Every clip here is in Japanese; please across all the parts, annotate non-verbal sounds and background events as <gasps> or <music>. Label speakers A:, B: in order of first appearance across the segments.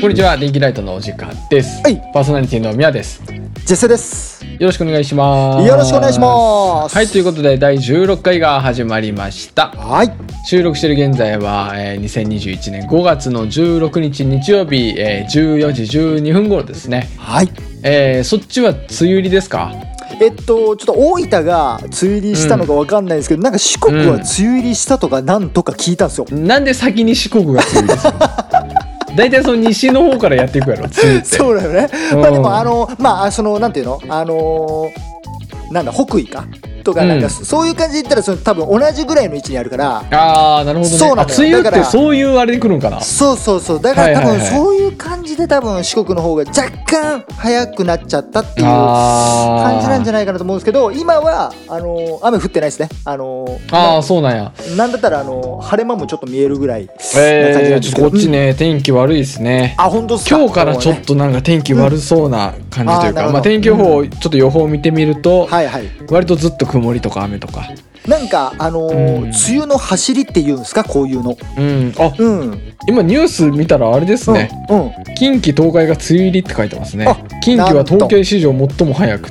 A: こんにちは、電気ライトのお時間です。
B: はい、
A: パーソナリティの宮です。よ
B: ジェセです。
A: ろしくお願いします。
B: よろしくお願いします
A: はい、ということで、第16回が始まりました。
B: はい、
A: 収録している現在は、えー2021年5月の16日日曜日、えー14時12分頃ですね。
B: はい。
A: えーそっちは梅雨入りですか
B: えっと、ちょっと大分が梅雨入りしたのかわかんないですけど、なんか四国は梅雨入りしたとか、なんとか聞いたんですよ。
A: なんで先に四国が梅雨入りですか
B: <laughs>
A: 大体その西の方からやっていくやろ、梅雨って。
B: そうだよね。
A: うん
B: まあ、でも、あの、まあ、その、なんていうの、あのーなんだ、北緯か。とか、なん
A: う
B: か、
A: ん
B: そういう感じで言ったら、その、多分同じぐらいの位置にあるから。
A: ああ、なるほどね。
B: そうなのよ
A: あ梅雨
B: だ
A: っ
B: か
A: て
B: ら
A: そういうあれで来るんかな。
B: そうそうそうだから多
A: はいはい
B: 分
A: はい
B: そういう感じで多分四国の方が若干早くなっちゃったっていう
A: あー
B: 感じなんじゃないかなと思うんですけど今はあのー雨降ってないですねあのー
A: ああ、そうなんや。
B: なんだったらあの晴れ間もちょっと見えるぐらいな感じなん
A: え
B: で
A: ー、
B: す
A: ち
B: け
A: ょ
B: ど
A: っとこっちね、天気悪いですね
B: うん。あ本当っすか
A: 今日からちょっとなんか天気悪そうな感じという
B: うんあーなる
A: か、
B: ほど
A: まあ、天気予報、ちょっと予報を見てみると、
B: はいはい
A: 割とずっと曇りとか雨とか。
B: なんかあのー
A: うん
B: 梅雨の走りっていうんですかこういうの
A: うん。あ、
B: うんうん、
A: 今ニュース見たらあれですね。
B: うん
A: 近畿東海が梅雨入りって書いてますね
B: あ。
A: 近畿は
B: なんと
A: 統計史上最も早く。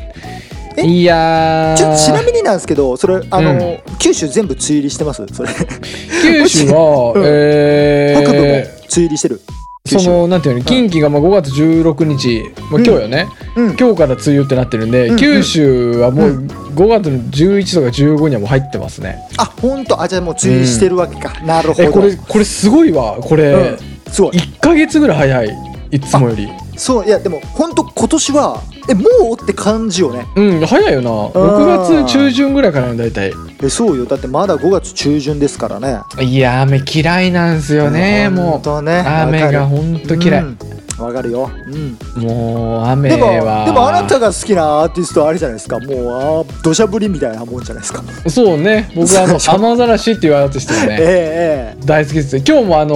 B: え
A: いや
B: ちょちな
A: ー、
B: みになんですけどそれあのー、九州全部梅雨入りしてますそれ、
A: 九州は、
B: うん
A: え
B: 北部も梅
A: ー、
B: 雨入りしてる九
A: そ
B: 州
A: のなんていうの近畿がまあ5月16日、まあ、今日よね、
B: うん
A: 今日から梅雨ってなってるんで、
B: んうん
A: 九州はもううん5月の11とか15にはもう入ってますね、
B: あ本当あじゃあもう梅雨入りしてるわけか、なるほ
A: え
B: ど
A: これこれすごいわこ
B: う
A: れ、
B: んすごい
A: 1か月ぐらい早いいつもより
B: そういやでも本当今年はえもうって感じよね
A: うん早いよな6月中旬ぐらいからの大体
B: えそうよだってまだ5月中旬ですからね
A: いや雨嫌いなんすよね、も
B: 本
A: う
B: 当ね
A: 雨がほんと嫌い、
B: うんわかるよ、うん、
A: もう雨
B: でも、
A: は
B: でもあなたが好きなアーティストはあれじゃないですかもうあー土砂降りみたいなもんじゃないですか、
A: そうね僕はあの雨ざらしっていうアーティストがね
B: えええ
A: 大好きですよ今日もあの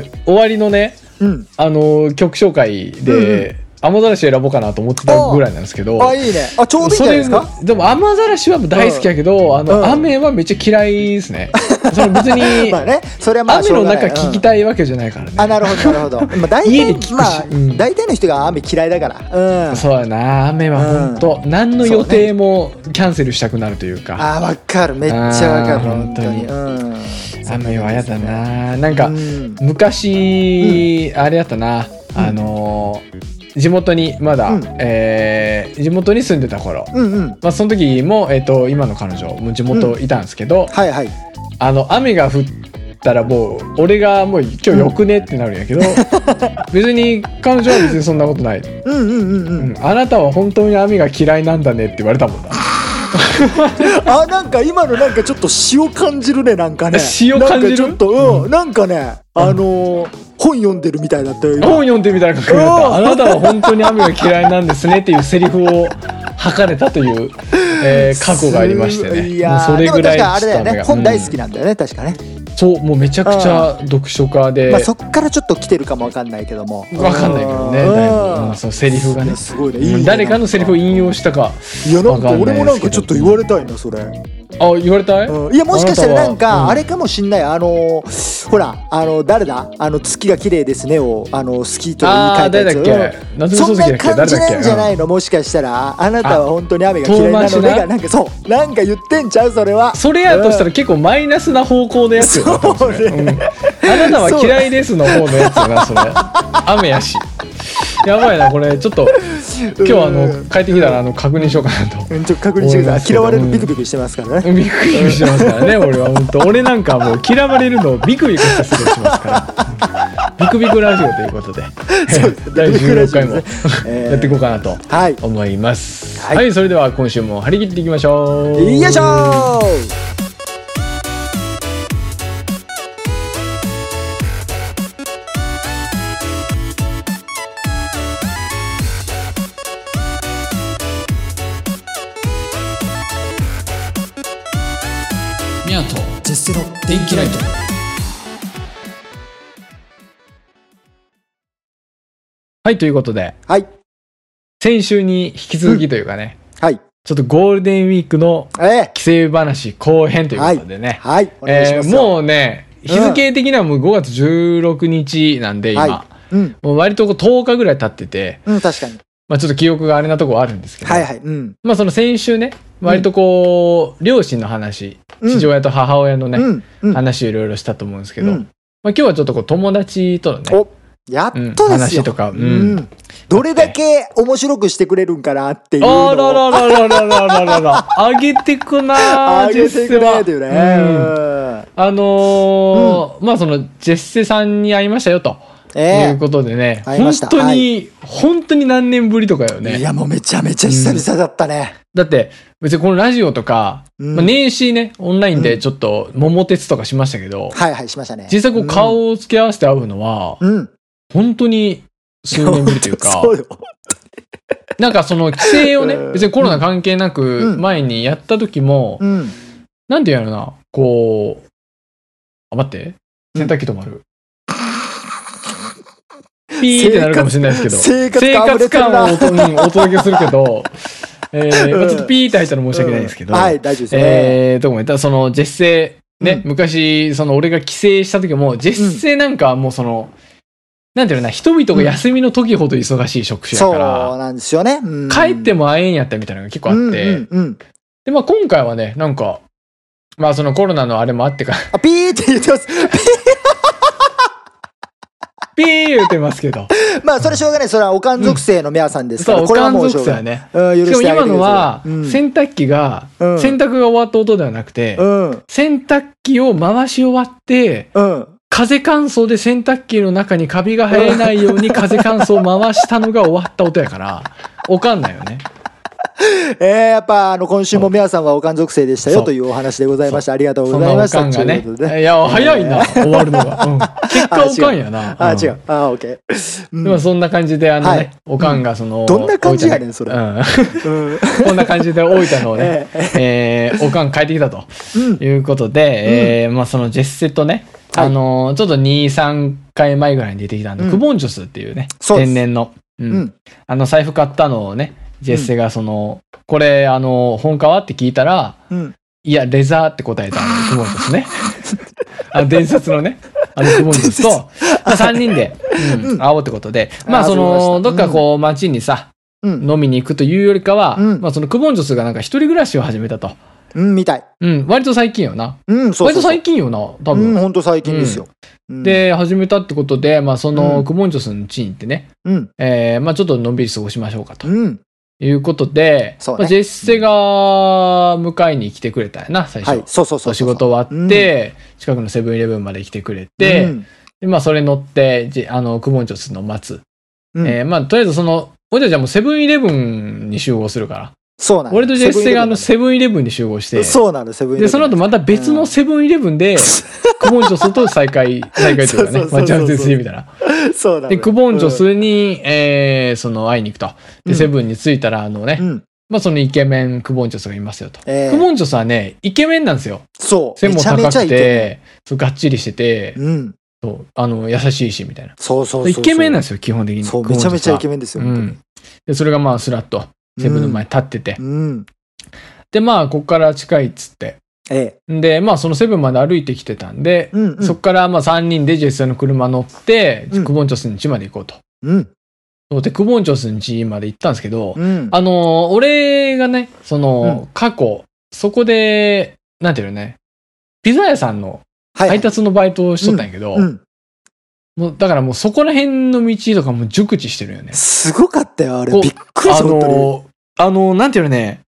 A: ー終わりのね
B: えうん
A: あのー曲紹介で雨ざらし選ぼうかなと思ってたぐらいなんですけど
B: あいいねあちょうどいいんじ
A: そ
B: ゃない
A: れ
B: ですか
A: でも雨ざらしは大好きやけどあ
B: うん
A: の雨はめっちゃ嫌いですねその別に
B: <laughs> まあねそれはまあ
A: 雨の中
B: しょうがない
A: 聞きたいわけじゃないから
B: あ
A: ね
B: なるほどなるほど、
A: <laughs>
B: まあ、大
A: 家で
B: 体
A: 聞くし
B: まあ、
A: うん
B: 大体の人が雨嫌いだからうん
A: そうやな雨は本当何の予定もキャンセルしたくなるというか
B: あわかるめっちゃわか
A: あ
B: る
A: ー
B: 本当に
A: 本当
B: うん
A: 雨はやだななん
B: う
A: か
B: ん
A: 昔あれやったなあのー地元にまだ
B: うん
A: えー地元に住んでた頃
B: うんうん
A: まあ、その時も、えっと今の彼女も地元いたんですけど、
B: はいはい
A: あの雨が降ったらもう俺がもう今日よくねってなるんや
B: <laughs>
A: けど、別に彼女は別にそんなことない、
B: うんうんうんうん
A: うんあなたは本当に雨が嫌いなんだねって言われたもんな
B: あなんか今のなんかちょっと詩を感じるねなんかね
A: 詩を感じる
B: なんかちょっとうん、なんかねあのー本読んでるみたいだったよ今
A: 本読んでみたいな感覚だっ
B: おう
A: たあなたは本当に雨が嫌いなんですねっていうセリフを吐かれたという、えー過去がありまして
B: す
A: ね
B: い
A: もう
B: や
A: それぐらい
B: でも確かあれだ
A: ちょっ
B: よね
A: と雨
B: 本
A: が
B: 大好きなんだよね確かね、
A: うんそうもうめちゃくちゃ読書家で、
B: まあそっからちょっと来てるかもわかんないけども
A: わかんないけどね
B: うん
A: だいぶうんそのセリフがね
B: すごいねいいね
A: 誰かのセリフを引用
B: し
A: したか
B: いやなんか
A: わかんないですけど
B: 俺もなんかちょっと言われたいなそれ
A: あ言われたい、
B: うんいやもしかしたらなん
A: あなたはう
B: か
A: ん
B: あれかもしんないあのーほらあの誰だあの月が綺麗ですねをあのスキーと
A: あ
B: か
A: あ
B: 言い換
A: 誰
B: え
A: だった
B: や
A: け
B: つ
A: 夏目
B: そ
A: 漱石
B: んな
A: だっけ
B: 感
A: 誰
B: じ
A: だっけ
B: なんじゃないのもしかしたらあなたは本当に雨が嫌いな
A: 遠回
B: の
A: し
B: ね
A: な
B: がなんかそうなんか言ってんちゃうそれは
A: うんそれやとしたら結構マイナスな方向のやつよな
B: そうね
A: うんあなたは嫌いですの方のやつよなそれ雨やしやばいなこれちょっと今日あの帰ってきたらあの確認しようかなと
B: うんちょっと確認してください嫌われる
A: うん
B: ビクビクしてますからね
A: ビクビクしてますからね俺は本当俺なんかもう嫌われるのをビクビクして過ごしますからビクビクラジオということで <laughs> 第16回も
B: ビクビクラジオですねえ
A: <laughs>
B: ー
A: やっていこうかなと
B: はい
A: 思いますは、
B: はいい
A: それでは今週も張り切っていきましょう
B: よいしょー
A: ミヤと
B: ジェスの
A: 電気ライトはいということで
B: はい
A: 先週に引き続きというかね、
B: はい
A: ちょっとゴールデンウィークの
B: え
A: 帰省話後編ということで
B: ー
A: ね、
B: はいお願いし
A: え
B: ま
A: ー
B: すよ
A: もうね日付的にはもう5月16日なんで今、
B: はうん、
A: もう割とこう10日ぐらい経ってて、
B: うん、確かに。
A: まあちょっと記憶があれなとこはあるんですけど、
B: はいはい。うん。
A: まあその先週ね、割とこう、両親の話、
B: うん
A: 父親と母親のね、
B: うん。うん。
A: 話をいろいろしたと思うんですけど、
B: う
A: まあ
B: ん
A: 今日はちょっとこう友達とのね、
B: おやっとですよ。
A: うん話とかうん
B: うんどれだけ面白くしてくれるんかなっていうのを
A: あららららららららら、上げてくなー
B: 上げていくねっていうね。
A: ジェッセはうんあのーまあその、ジェッセさんに会いましたよと。
B: うん
A: とい
B: え
A: うことでね、
B: 会いました
A: 本当に、本当に何年ぶりとかよ
B: えい
A: ね。
B: や、もうめちゃめちゃ久々だったね。
A: だって、別にこのラジオとか、
B: うん
A: まあ、年始ね、オンライン
B: う
A: で
B: ん
A: ちょっと、桃鉄とかしましたけど、
B: はいはい、しましたね。
A: 実際こう顔を付き合わせて会うのは、
B: うん。うん。
A: 本当に数年ぶりというか、
B: <laughs> そうよ。
A: なんかその規制をね
B: う、ん
A: 別にコロナ関係なく
B: うん
A: 前にやった時も、
B: うん。
A: なんて言うのやろな、こう、あ、待って、
B: うん
A: 洗濯機止まる。ピーってなるかもしれないですけど、
B: 生活生活感あふれてるな
A: 生活感をおお届けするけ
B: <laughs>
A: ど、えーまあ
B: うん
A: ちょっとピーって入ったら申し訳ないですけど、
B: はい、大丈夫ですね。
A: えー、どこも言ったらその、絶世、ね、
B: う
A: 昔、その俺が帰省した時も、絶世なんかはもうその、なんていうのかな、人々が休みの時ほど忙しい職種や
B: そう
A: から、
B: なんですよね。
A: 帰って
B: も
A: も会えんやったみたいなのが結構あって、
B: うんうんうん。
A: で、まあ今回はね、なんか、まあそのコロナのあれもあってから、 <laughs>
B: あ、ピーって言ってます。
A: ピー言ってますけど、
B: まあ、それしょうがない。それはおかん属性の皆さんです
A: そ
B: から、
A: う、お
B: これは
A: かん
B: もうしょ
A: 属
B: う
A: 性
B: が
A: は
B: な。
A: いね。
B: うん、
A: し
B: 許
A: かも
B: してあげ
A: 今
B: てく
A: の
B: だ
A: は
B: さい。うん、
A: 洗濯機が、
B: うん
A: 洗濯が終わった音ではなくて、
B: うん。
A: 洗濯機を回し終わって、
B: うん。
A: 風乾燥で洗濯機の中にカビが生えないように風乾燥を回したのが終わった音やから、 <laughs> おかんないよね。
B: えー、やっぱあの今週も皆さんはおかん属性でした
A: そ
B: よ
A: う
B: というお話でございました。ありがとう
A: そ
B: ご
A: ん
B: ざ
A: ない
B: ま
A: お
B: した。
A: かんがね
B: ということで。
A: いや、早い
B: <laughs>
A: な、終わるのが。うん結果おかんやな。
B: あ
A: うん
B: ー、違う。あー、オッケー。うん
A: でもそんな感じで、あのね、
B: はい
A: おかんがその、
B: どんな感じやねんそれ
A: うん、 <laughs>
B: うん
A: こんな感じで大分のねえ
B: え、
A: ーおかん帰ってきたと
B: うん
A: いうことで、えーまあそのジェッセとね、
B: はい
A: あのーちょっと2、3回前ぐらいに出てきたあの、
B: うん
A: クボンジョスっていうね、
B: そうです
A: 天然の、う
B: うんん。
A: あの財布買ったのをね、ジェッセがその、これ、あの、本かはって聞いたら、
B: うん。
A: いや、レザーって答えたあのクボンジョ
B: <laughs>
A: スね。あの伝説のね、あのクボンジョスと、まあ、3人で、うん、会おうってことで、まあ
B: あー
A: その、
B: 遊びました
A: どっかこう街にさ、
B: うん。
A: 飲みに行くというよりかは、
B: うん
A: まあそのクボンジョスがなんか一人暮らしを始めたと。
B: うん、みたい。
A: うん、割と最近よな。
B: うん、そうそうそう。
A: 割と最近よな、多分。
B: うん、ほんと最近ですよ。うん、
A: で、始めたってことで、まあそうの
B: ん
A: クボンジョスの地に行ってね、
B: うん。
A: えー、まあちょっとのんびり過ごしましょうかと
B: うん。
A: いうことで、
B: そうね
A: まあ、ジェッセが迎えに来てくれたよな、最初。
B: はい、そうそうそうそう。
A: 仕事終わって、近くのセブンイレブンまで来てくれて、
B: うん、
A: でまあそれ乗って、じあの、クボンジョスの待つ。
B: うん
A: えー、まあとりあえずその、俺たちはもうセブンイレブンに集合するから。
B: そうなん
A: 俺とジェステがあのセブンイレブンに集合して、
B: そうなんだ、セブンイレ
A: で、
B: ブン
A: その後また別のセブンイレブン
B: <laughs>
A: で、クボンジョスと再会、再会というかね
B: そうそうそうそう、
A: 待ち合わせするみたいな。
B: そうなんだ
A: で、クボンジョスに、えー、その、会いに行くと。
B: う
A: で、
B: ん
A: セブンに着いたら、あのね、
B: うん。うん
A: まあ、そのイケメンクボンジョスがいますよと。
B: えー
A: クボンジョスはね、イケメンなんですよ。
B: そう。
A: 背
B: め
A: も
B: ちゃめ
A: 高
B: ちゃ
A: く
B: イケメ
A: て、そうがっちりしてて
B: ン、うん。
A: そうあの、優しいし、みたいな。
B: そうそうそうそう。
A: イケメンなんですよ、基本的に。
B: そう、めちゃめちゃイケ
A: メ
B: メンです
A: う
B: よ。本
A: ん。で、それがまあ、スラッと、
B: 当に
A: セブンの前に。立ってて
B: う。ん。
A: で、まあ、ここから近いっつって。
B: ええ。
A: で、まあ、そのセブンまで歩いてきてたんで、
B: うんうん
A: そこからまあ3人でジェスの車乗って、
B: うん
A: クボンチョスの地まで行こうと。
B: うん。
A: そうで、クボンチョスの地まで行ったんですけど、
B: うん。
A: あのー俺がね、その、過去、そこで、なんていうのね、ピザ屋さんの
B: はいはい
A: 配達のバイトをしとったんやけど、
B: うん。
A: もうだからもうそこら辺の道とかもう熟知してるよね。
B: すごかったよ、あれ。
A: こう
B: びっくりし
A: あ
B: た、本当に。
A: のーあのーなんていうのね、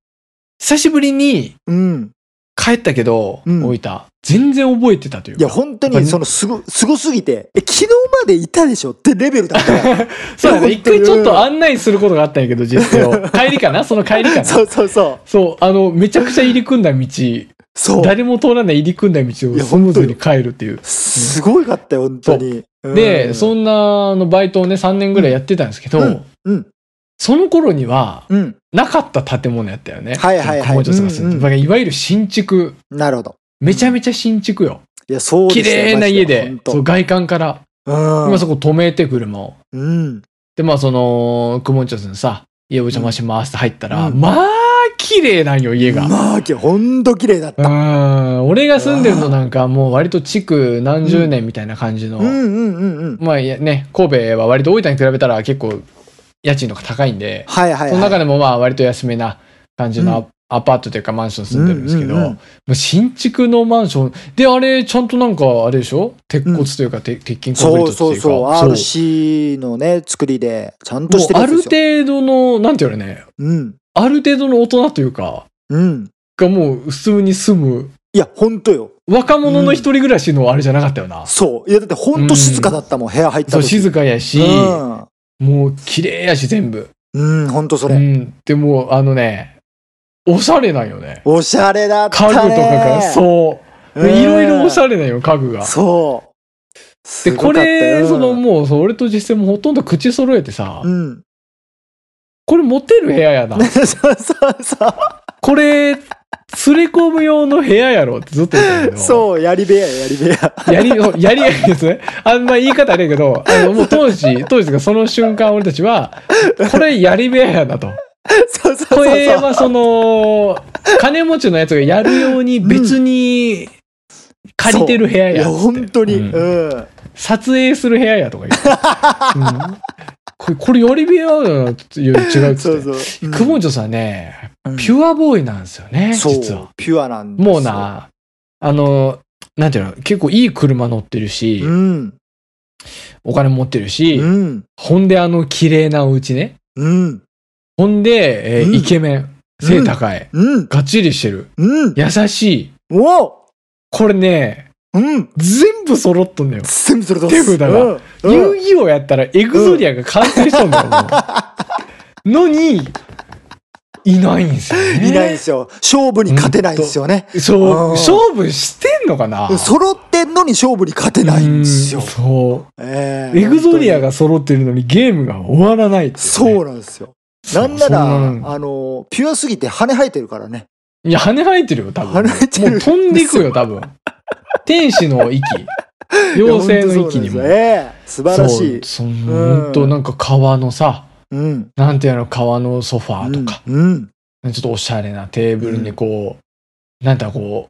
A: 久しぶりに
B: うん。
A: 帰ったけど、
B: うん
A: 置いた。全然覚えてたという
B: い
A: か。
B: や、本当
A: やっぱ
B: に、
A: り
B: その、すご、すごすぎて、え、昨日までいたでしょってレベルだったから
A: そうだね。
B: 本
A: 一
B: 当に
A: 回ちょっと案内することがあったんやけど、実際を。
B: <laughs>
A: 帰りかなその帰りかなそ
B: そううそうそう。
A: あの、めちゃくちゃ入り組んだ道、
B: そう。
A: 誰も通らない入り組んだ道を
B: いや
A: スムーズに帰るっていう。
B: すごいかったよ、本当に。
A: で、
B: うん
A: そんなあのバイトをね、3年ぐらいやってたんですけど、
B: うんうん。
A: その頃には、
B: うん。
A: なかった建物やったよね。
B: はいはいはい
A: その熊女さんが住んで
B: うんうん
A: だからいわゆる新築。
B: なるほど。
A: めちゃめちゃ新築よ。
B: いや、そう
A: 綺
B: ですよ
A: 麗な家で、
B: マジ
A: そう
B: 本
A: 外観から。
B: 当うん。
A: 今そこ止めて車を。
B: うん。
A: で、まあ、その、クモンチョスのさ、家お邪魔しますって入ったら、
B: うん
A: まあ、綺綺麗なんよ、家が。
B: まあきほんと綺麗だっ
A: う
B: た
A: ーん俺が住んでるのなんかもう割と築何十年みたいな感じの、
B: うんうんうんうん
A: まあいやね神戸は割と大分に比べたら結構家賃の方が高いんで、
B: はいはいはい
A: その中でもまあ割と安めな感じのア,、
B: う
A: パートというかマンション住んでるんですけど、
B: うんうんうん
A: もう新築のマンションであれちゃんとなんかあれでしょ鉄骨というか、て鉄筋コンクリ
B: そ
A: ートっ
B: うそう
A: ていうか
B: そう
A: そう
B: RC のね作りでちゃんとしてる
A: もうあ
B: やつ
A: る
B: ですよ
A: 程度のなんていうのね
B: うん
A: ある程度の大人というか
B: うん
A: がもう普通に住む
B: いやほんとよ
A: 若者の一人暮らしのあれじゃなかったよな、
B: そういやだってほんと静かだったもん部屋入った
A: そう
B: 時
A: 静かやし、
B: うん
A: もう綺麗やし全部、
B: うんほんとそうれ
A: ん、でもうあのねおしゃれなんよね
B: おしゃれだっ
A: 家具と
B: た
A: か
B: ね
A: がそうでいろいろおし
B: れ
A: ゃれなんよ家具が
B: そうす
A: で
B: ごか
A: こ
B: った
A: れ、
B: うん
A: そのもうそう俺と実践もほとんど口揃えてさ、
B: うん
A: これモテる部屋やな
B: そうそうそ
A: これ連れ込む用の部屋やろってずっと言ってたけど
B: う。そう、やり部屋、やり部屋。
A: やり、やりやりですね。あんま言い方あれやけど、あの、もう当
B: <laughs>
A: 時、当時がその瞬間俺たちは、これやり部屋やなと。
B: そうそう
A: こ
B: そう
A: れ
B: そう。
A: はその、金持ちのやつがやるように別に借りてる部屋
B: い
A: や
B: や、
A: っつって
B: 本当に。
A: うん
B: うん。
A: 撮影する部屋やとか言
B: <laughs>
A: って。うんこれ、これやり部屋だなっていう、違うっつ
B: そ
A: っ
B: う
A: て。
B: そう。
A: クモンチョさんね、
B: うん
A: ピュアボーイなんですよね、
B: そう
A: 実は。
B: ピュアなんですよ
A: もう。な、あの、なんていうの、結構いい車乗ってるし、
B: うん。
A: お金持ってるし、
B: うん。
A: ほんであの綺麗なお家ね。
B: うん。
A: ほんで、えー
B: うん
A: イケメン、背高い、
B: うん。
A: がっちりしてる、
B: うん。
A: 優しい。
B: お
A: これね、
B: うん。
A: 全部揃っとんだよ。
B: 全部それと
A: 手札が
B: うんうん
A: 遊戯王やったらエグゾリアが完成しとんだよもう。のに、いないんですよ、ね。
B: いないんですよ。勝負に勝てないんですよね。
A: そう
B: う、ん
A: 勝負してんのかな
B: 揃ってんのに勝負に勝て
A: う
B: ないんですよ
A: ん。そ
B: え
A: う。
B: え
A: エグゾリア。が揃ってるのにゲームが終わらないってい
B: そううなんですよ。なんな
A: そ
B: ら、
A: う
B: あ
A: なの
B: の、ピュアすぎて羽生えてるからね。
A: ね。いや、羽生えてるよ、多分。
B: 羽生えてる
A: もう飛んでいくよ、多
B: <laughs>
A: 分。天使の息。妖精の息にも。
B: いや本当そうなんですよええ素晴らしい。
A: そう、そのほんとなんか川のさ、
B: うん。
A: なんていうの、川のソファーとか、
B: うん。
A: ちょっとおしゃれなテーブルにこう、なんだこ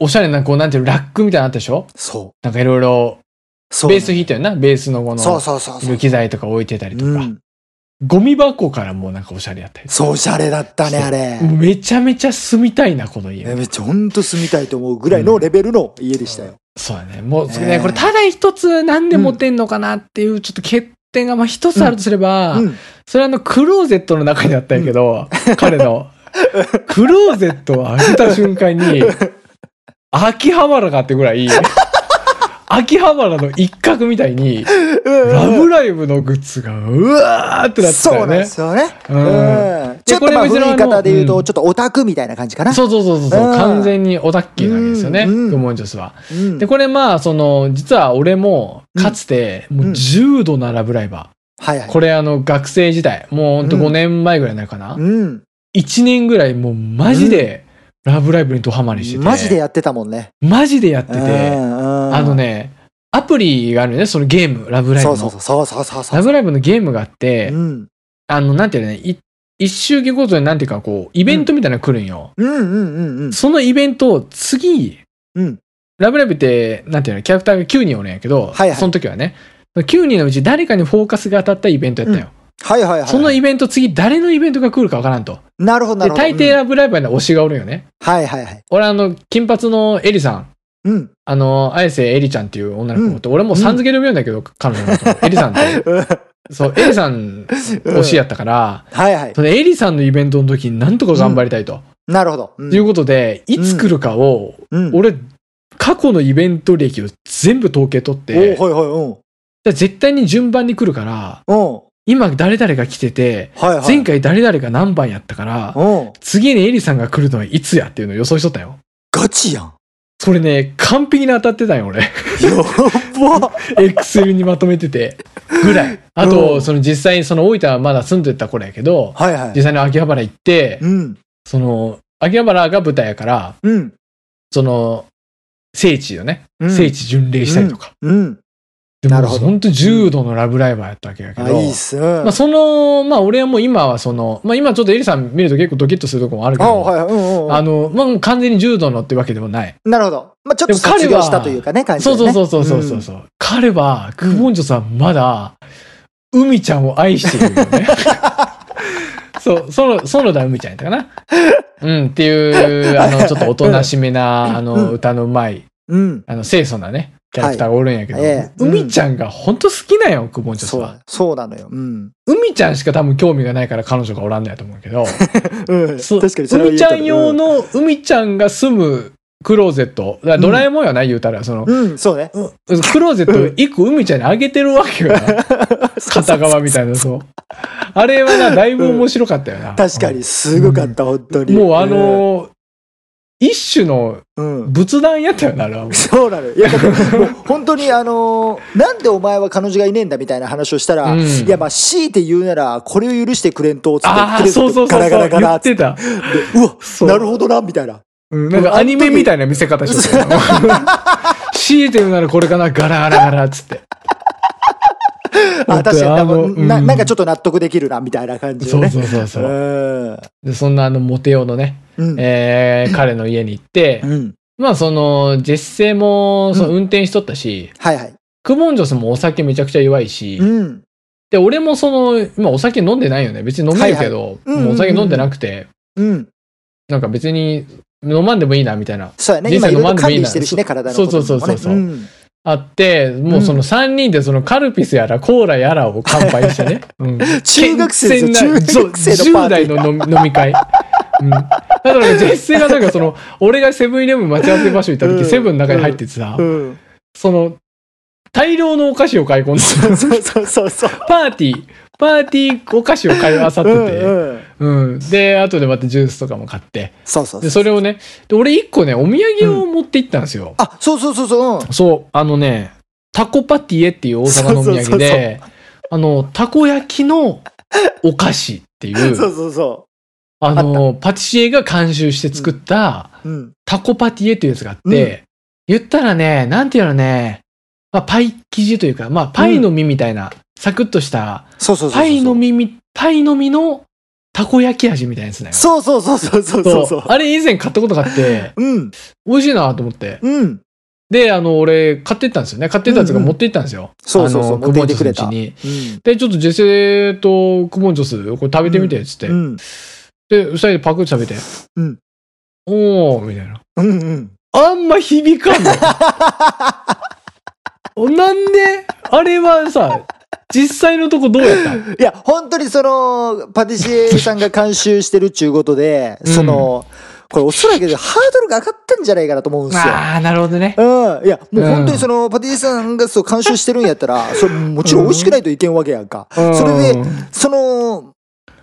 A: う、おしゃれな、こう、なんていうのラックみたいなのあったでしょ
B: そ
A: なんかいろいろ、
B: う。そう。
A: ベース弾いたよな、ベースのこの、
B: そうそうそうそう。
A: 無機材とか置いてたりとか、
B: うん。
A: ゴミ箱からもうなんかおしゃれやったり
B: そう、おしゃれだったね、
A: そう
B: あれ。
A: めちゃめちゃ住みたいなこの家
B: えめっちゃほんと住みたいと思うぐらいのレベルの家でしたよ。
A: そうだねもう、
B: ね
A: ね、これただ一つなんで持てんのかなっていうちょっと欠点がまあ一つあるとすれば、
B: うん。
A: それはあのクローゼットの中にあったんやけど、彼のクローゼットを開けた瞬間に秋葉原があってぐらい秋葉原の一角みたいに「ラブライブ!」のグッズがうわーってなってた
B: そう
A: よ
B: なんで
A: ね。
B: すよね。
A: う
B: うんん。ちょっとまあ
A: これ別に
B: 古
A: あの
B: い言い方で言う
A: う
B: と、
A: ん
B: ちょっとオタクみたいな感じかな。
A: そうそうそうそうそう、
B: うん
A: 完全にオタッキーなわけですよね、
B: うんうん
A: グモンジョスは。
B: うん
A: で、これまあ、その、実は俺も、かつて、もう
B: うん
A: 重度なラブライバ
B: はいは
A: ー。
B: い。
A: これあの、学生時代、もうほんと
B: うん
A: 5年前ぐらいになるかな、
B: うん。
A: ?1 年ぐらいもうマジで、ラブライブにドハマりしてて。
B: マジでやってたもんね。
A: マジでやって
B: うん
A: て、
B: うん
A: あのね、アプリがあるよね、そのゲーム、ラブライブ
B: そ
A: の。
B: うそうそうそうそうそう。
A: ラブライブのゲームがあって、
B: うん。
A: あの、なんていうのね、い一周期ごとになんていうかこう、イベントみたいなの来るんよ。
B: うんうんうんうん。
A: そのイベントを次、
B: うん。
A: ラブライブって、なんていうの、キャラクターが9人おるんやけど、
B: はいはい
A: その時はね、9人のうち誰かにフォーカスが当たったイベントやったよ。
B: はいはいはい。
A: そのイベント、次誰のイベントが来るかわからんと。
B: なるほどな
A: で、
B: るほど。
A: 大抵ラブライブは推しがおるよね。
B: うんはいはいはい。
A: 俺、あの、金髪のエリさん。 <laughs>
B: うん。
A: あの、綾瀬エリちゃんっていう女の子と、俺もうさん付けで呼ぶんだけど、彼女のこと。エリさんって。
B: <laughs>
A: そう、エリさん推しやったから、
B: はいはい。
A: そのエリさんのイベントの時になんとか頑張りたいと。
B: なるほど。
A: ということで、いつ来るかを、
B: うん。
A: 俺、過去のイベント歴を全部統計取って、
B: おはいはい、うん。
A: だから絶対に順番に来るから、
B: うん。
A: 今誰々が来てて、
B: はいはい。
A: 前回誰々が何番やったから、
B: うん。
A: 次にエリさんが来るのはいつやっていうのを予想しとったよ。
B: ガチ
A: <laughs>
B: やん。
A: それね、完璧に当たってたよ、俺。
B: やば。
A: エクセルにまとめてて。ぐらい。あ
B: う
A: と、
B: ん
A: その実際にその大分はまだ住んでた頃やけど、
B: はいは
A: 実
B: い。
A: 際に秋葉原行って、
B: うん。
A: その、秋葉原が舞台やから、
B: うん。
A: その、聖地をね、
B: うん
A: 聖地巡礼したりとか、
B: うん。
A: で
B: な
A: も
B: るほど
A: 本当重度のラブライバーやったわけやけど、
B: あいいっすね、
A: まあ、そのまあ俺はもう今はその、まあ、今ちょっとエリさん見ると結構ドキッとするとこもあるけ
B: あ
A: ど、
B: はいうんうん
A: あのまあ、もう完全に重度のってわけでもない、
B: なるほど、まあ、ちょっ
A: で
B: と
A: も彼は
B: 卒業したというかね感じで、
A: そう
B: ね、
A: そうそうそうそうそう、彼はクボンジョさんまだ海ちゃんを愛しているよ
B: <laughs>
A: ねそう園園田海ちゃんやったかなうんっていうあのちょっとおとなしめなあ
B: うん
A: の歌のうまい
B: うん、うん
A: あの清楚なねキャラクターがおるんやけど、
B: はいええうん
A: 海ちゃんが本当好きなんよクボンジョさん
B: そ
A: は
B: うそうなのようん、
A: 海ちゃんしか多分興味がないから彼女がおらんのやと思うけ
B: <laughs>
A: ど
B: うん、
A: そう
B: 確かにそれは
A: 海
B: 言う
A: ち
B: と
A: ゃん用の、海ちゃんが住むクローゼット。だからドラえもんやな、言うたら、その、
B: うん、うん <laughs> そうね
A: クローゼットを一個海ちゃんにあげてるわけ
B: <laughs>
A: よな。片側みたいな、そう。あれはな、だいぶ面白かったよな。
B: 確かにすごかった、本当
A: うん。
B: に
A: もうあのー、一種の
B: うん、うん
A: 仏壇やったよな、あれは
B: <laughs>
A: もう。
B: そうなのよいやだってもう本当にあのーなんでお前は彼女がいねえんだみたいな話をしたら、
A: うん
B: いやまあ強いて言うならこれを許してくれんとつって
A: あ
B: く
A: あ、
B: れ
A: そうそう
B: ガ
A: そうそ
B: ラガラ
A: う、
B: ガ
A: 言
B: ラっ
A: っててた。
B: うわ
A: そう
B: なるほどなみたいな
A: うんなんかアニメみたいな見せ方してたよな。強いて言うならこれかな、ガラガラガラっつって。
B: あ確かに
A: あの
B: なんかな
A: うん
B: なんかちょっと納得できるなみたいな感じ
A: そ
B: の
A: う
B: ね
A: そうそうそう
B: う。ん
A: でそんなあのモテ用のね、
B: うん
A: えー彼の家に行って、
B: うん
A: まあそのジェッセイもその運転しとったし、
B: はいはい
A: クボンジョスもお酒めちゃくちゃ弱いし、
B: うん
A: で俺もその今お酒飲んでないよね別に飲めるけど、
B: はいはいうんうんうん
A: もうお酒飲んでなくて
B: うん
A: なんか別に飲まんでもいいなみたいな
B: そうやね
A: 人
B: 今
A: 生
B: いろいろ
A: の
B: 管
A: 真ん中にいい
B: 理
A: な
B: してるしね体の
A: そ
B: こ
A: うそ
B: と
A: うそう
B: とかもね
A: そうそうあってもうその3人でそのカルピスやらコーラやらを乾杯して
B: <laughs>
A: ね、うん
B: 中学生ですよ
A: 健全
B: 中
A: な
B: 学生のパーティー
A: 10代の飲み飲み会。うん、だからね、ジェッセイがなんかその、俺がセブンイレブン待ち合わせ場所行った時、
B: うん
A: セブンの中に入っててさ、
B: うん
A: その、大量のお菓子を買い込んで、
B: そうそうそうそう
A: パーティー、パーティーお菓子を買いあさっ
B: う
A: て
B: ん
A: て、
B: うん
A: うん。で、後でまたジュースとかも買って、
B: そうそうそ
A: で、
B: う
A: それをね、で俺一個ね、お土産を持って行ったんですよ。
B: あそうそうそうそううん
A: そう、あのね、タコパティエっていう大阪のお土
B: そうそうそ
A: 産
B: うそ
A: で、あの、たこ焼きのお菓子っていう、
B: <laughs> そうそうそ
A: あの、パティシエが監修して作った、
B: ううん
A: タコパティエっていうやつがあって、言ったらね、なんていうのね、まあ、パイ生地というか、まあ、パイの実みたいな、サクッとした、
B: そうそうそうそう
A: パイの実み、パイの実のたこ焼き味みたいなやつだよ。
B: そうそうそうそうそう
A: そ
B: そううそう
A: あれ以前買ったことがあって、 <laughs>
B: うん
A: 美味しいなと思って。
B: うん
A: で、あの、俺、買ってったんですよね。買ってったやつが持って行ったんですよ。
B: そうそうそう
A: あの、
B: 持って行ってくれた
A: 久保田さん家に。
B: うん
A: で、ちょっとジェセとクモンジョス、これ食べてみて、つって。
B: うん
A: で、二人でパクッと食べて。
B: うん。
A: おー、みたいな。
B: うんうん
A: あんま響かん
B: <laughs>
A: の。なんで、あれはさ、実際のとこどうやった
B: いや、本当にその、パティシエさんが監修してるっちゅうことで、
A: うん
B: その、これおそらくハードルが上がったんじゃないかなと思うんですよ。
A: あー、なるほどね。
B: うん。いや、もう本当にその、パティシエさんがそう監修してるんやっ
A: <laughs>
B: たら、それもちろん美味しくないといけんわけやんか。
A: うん
B: それで、その、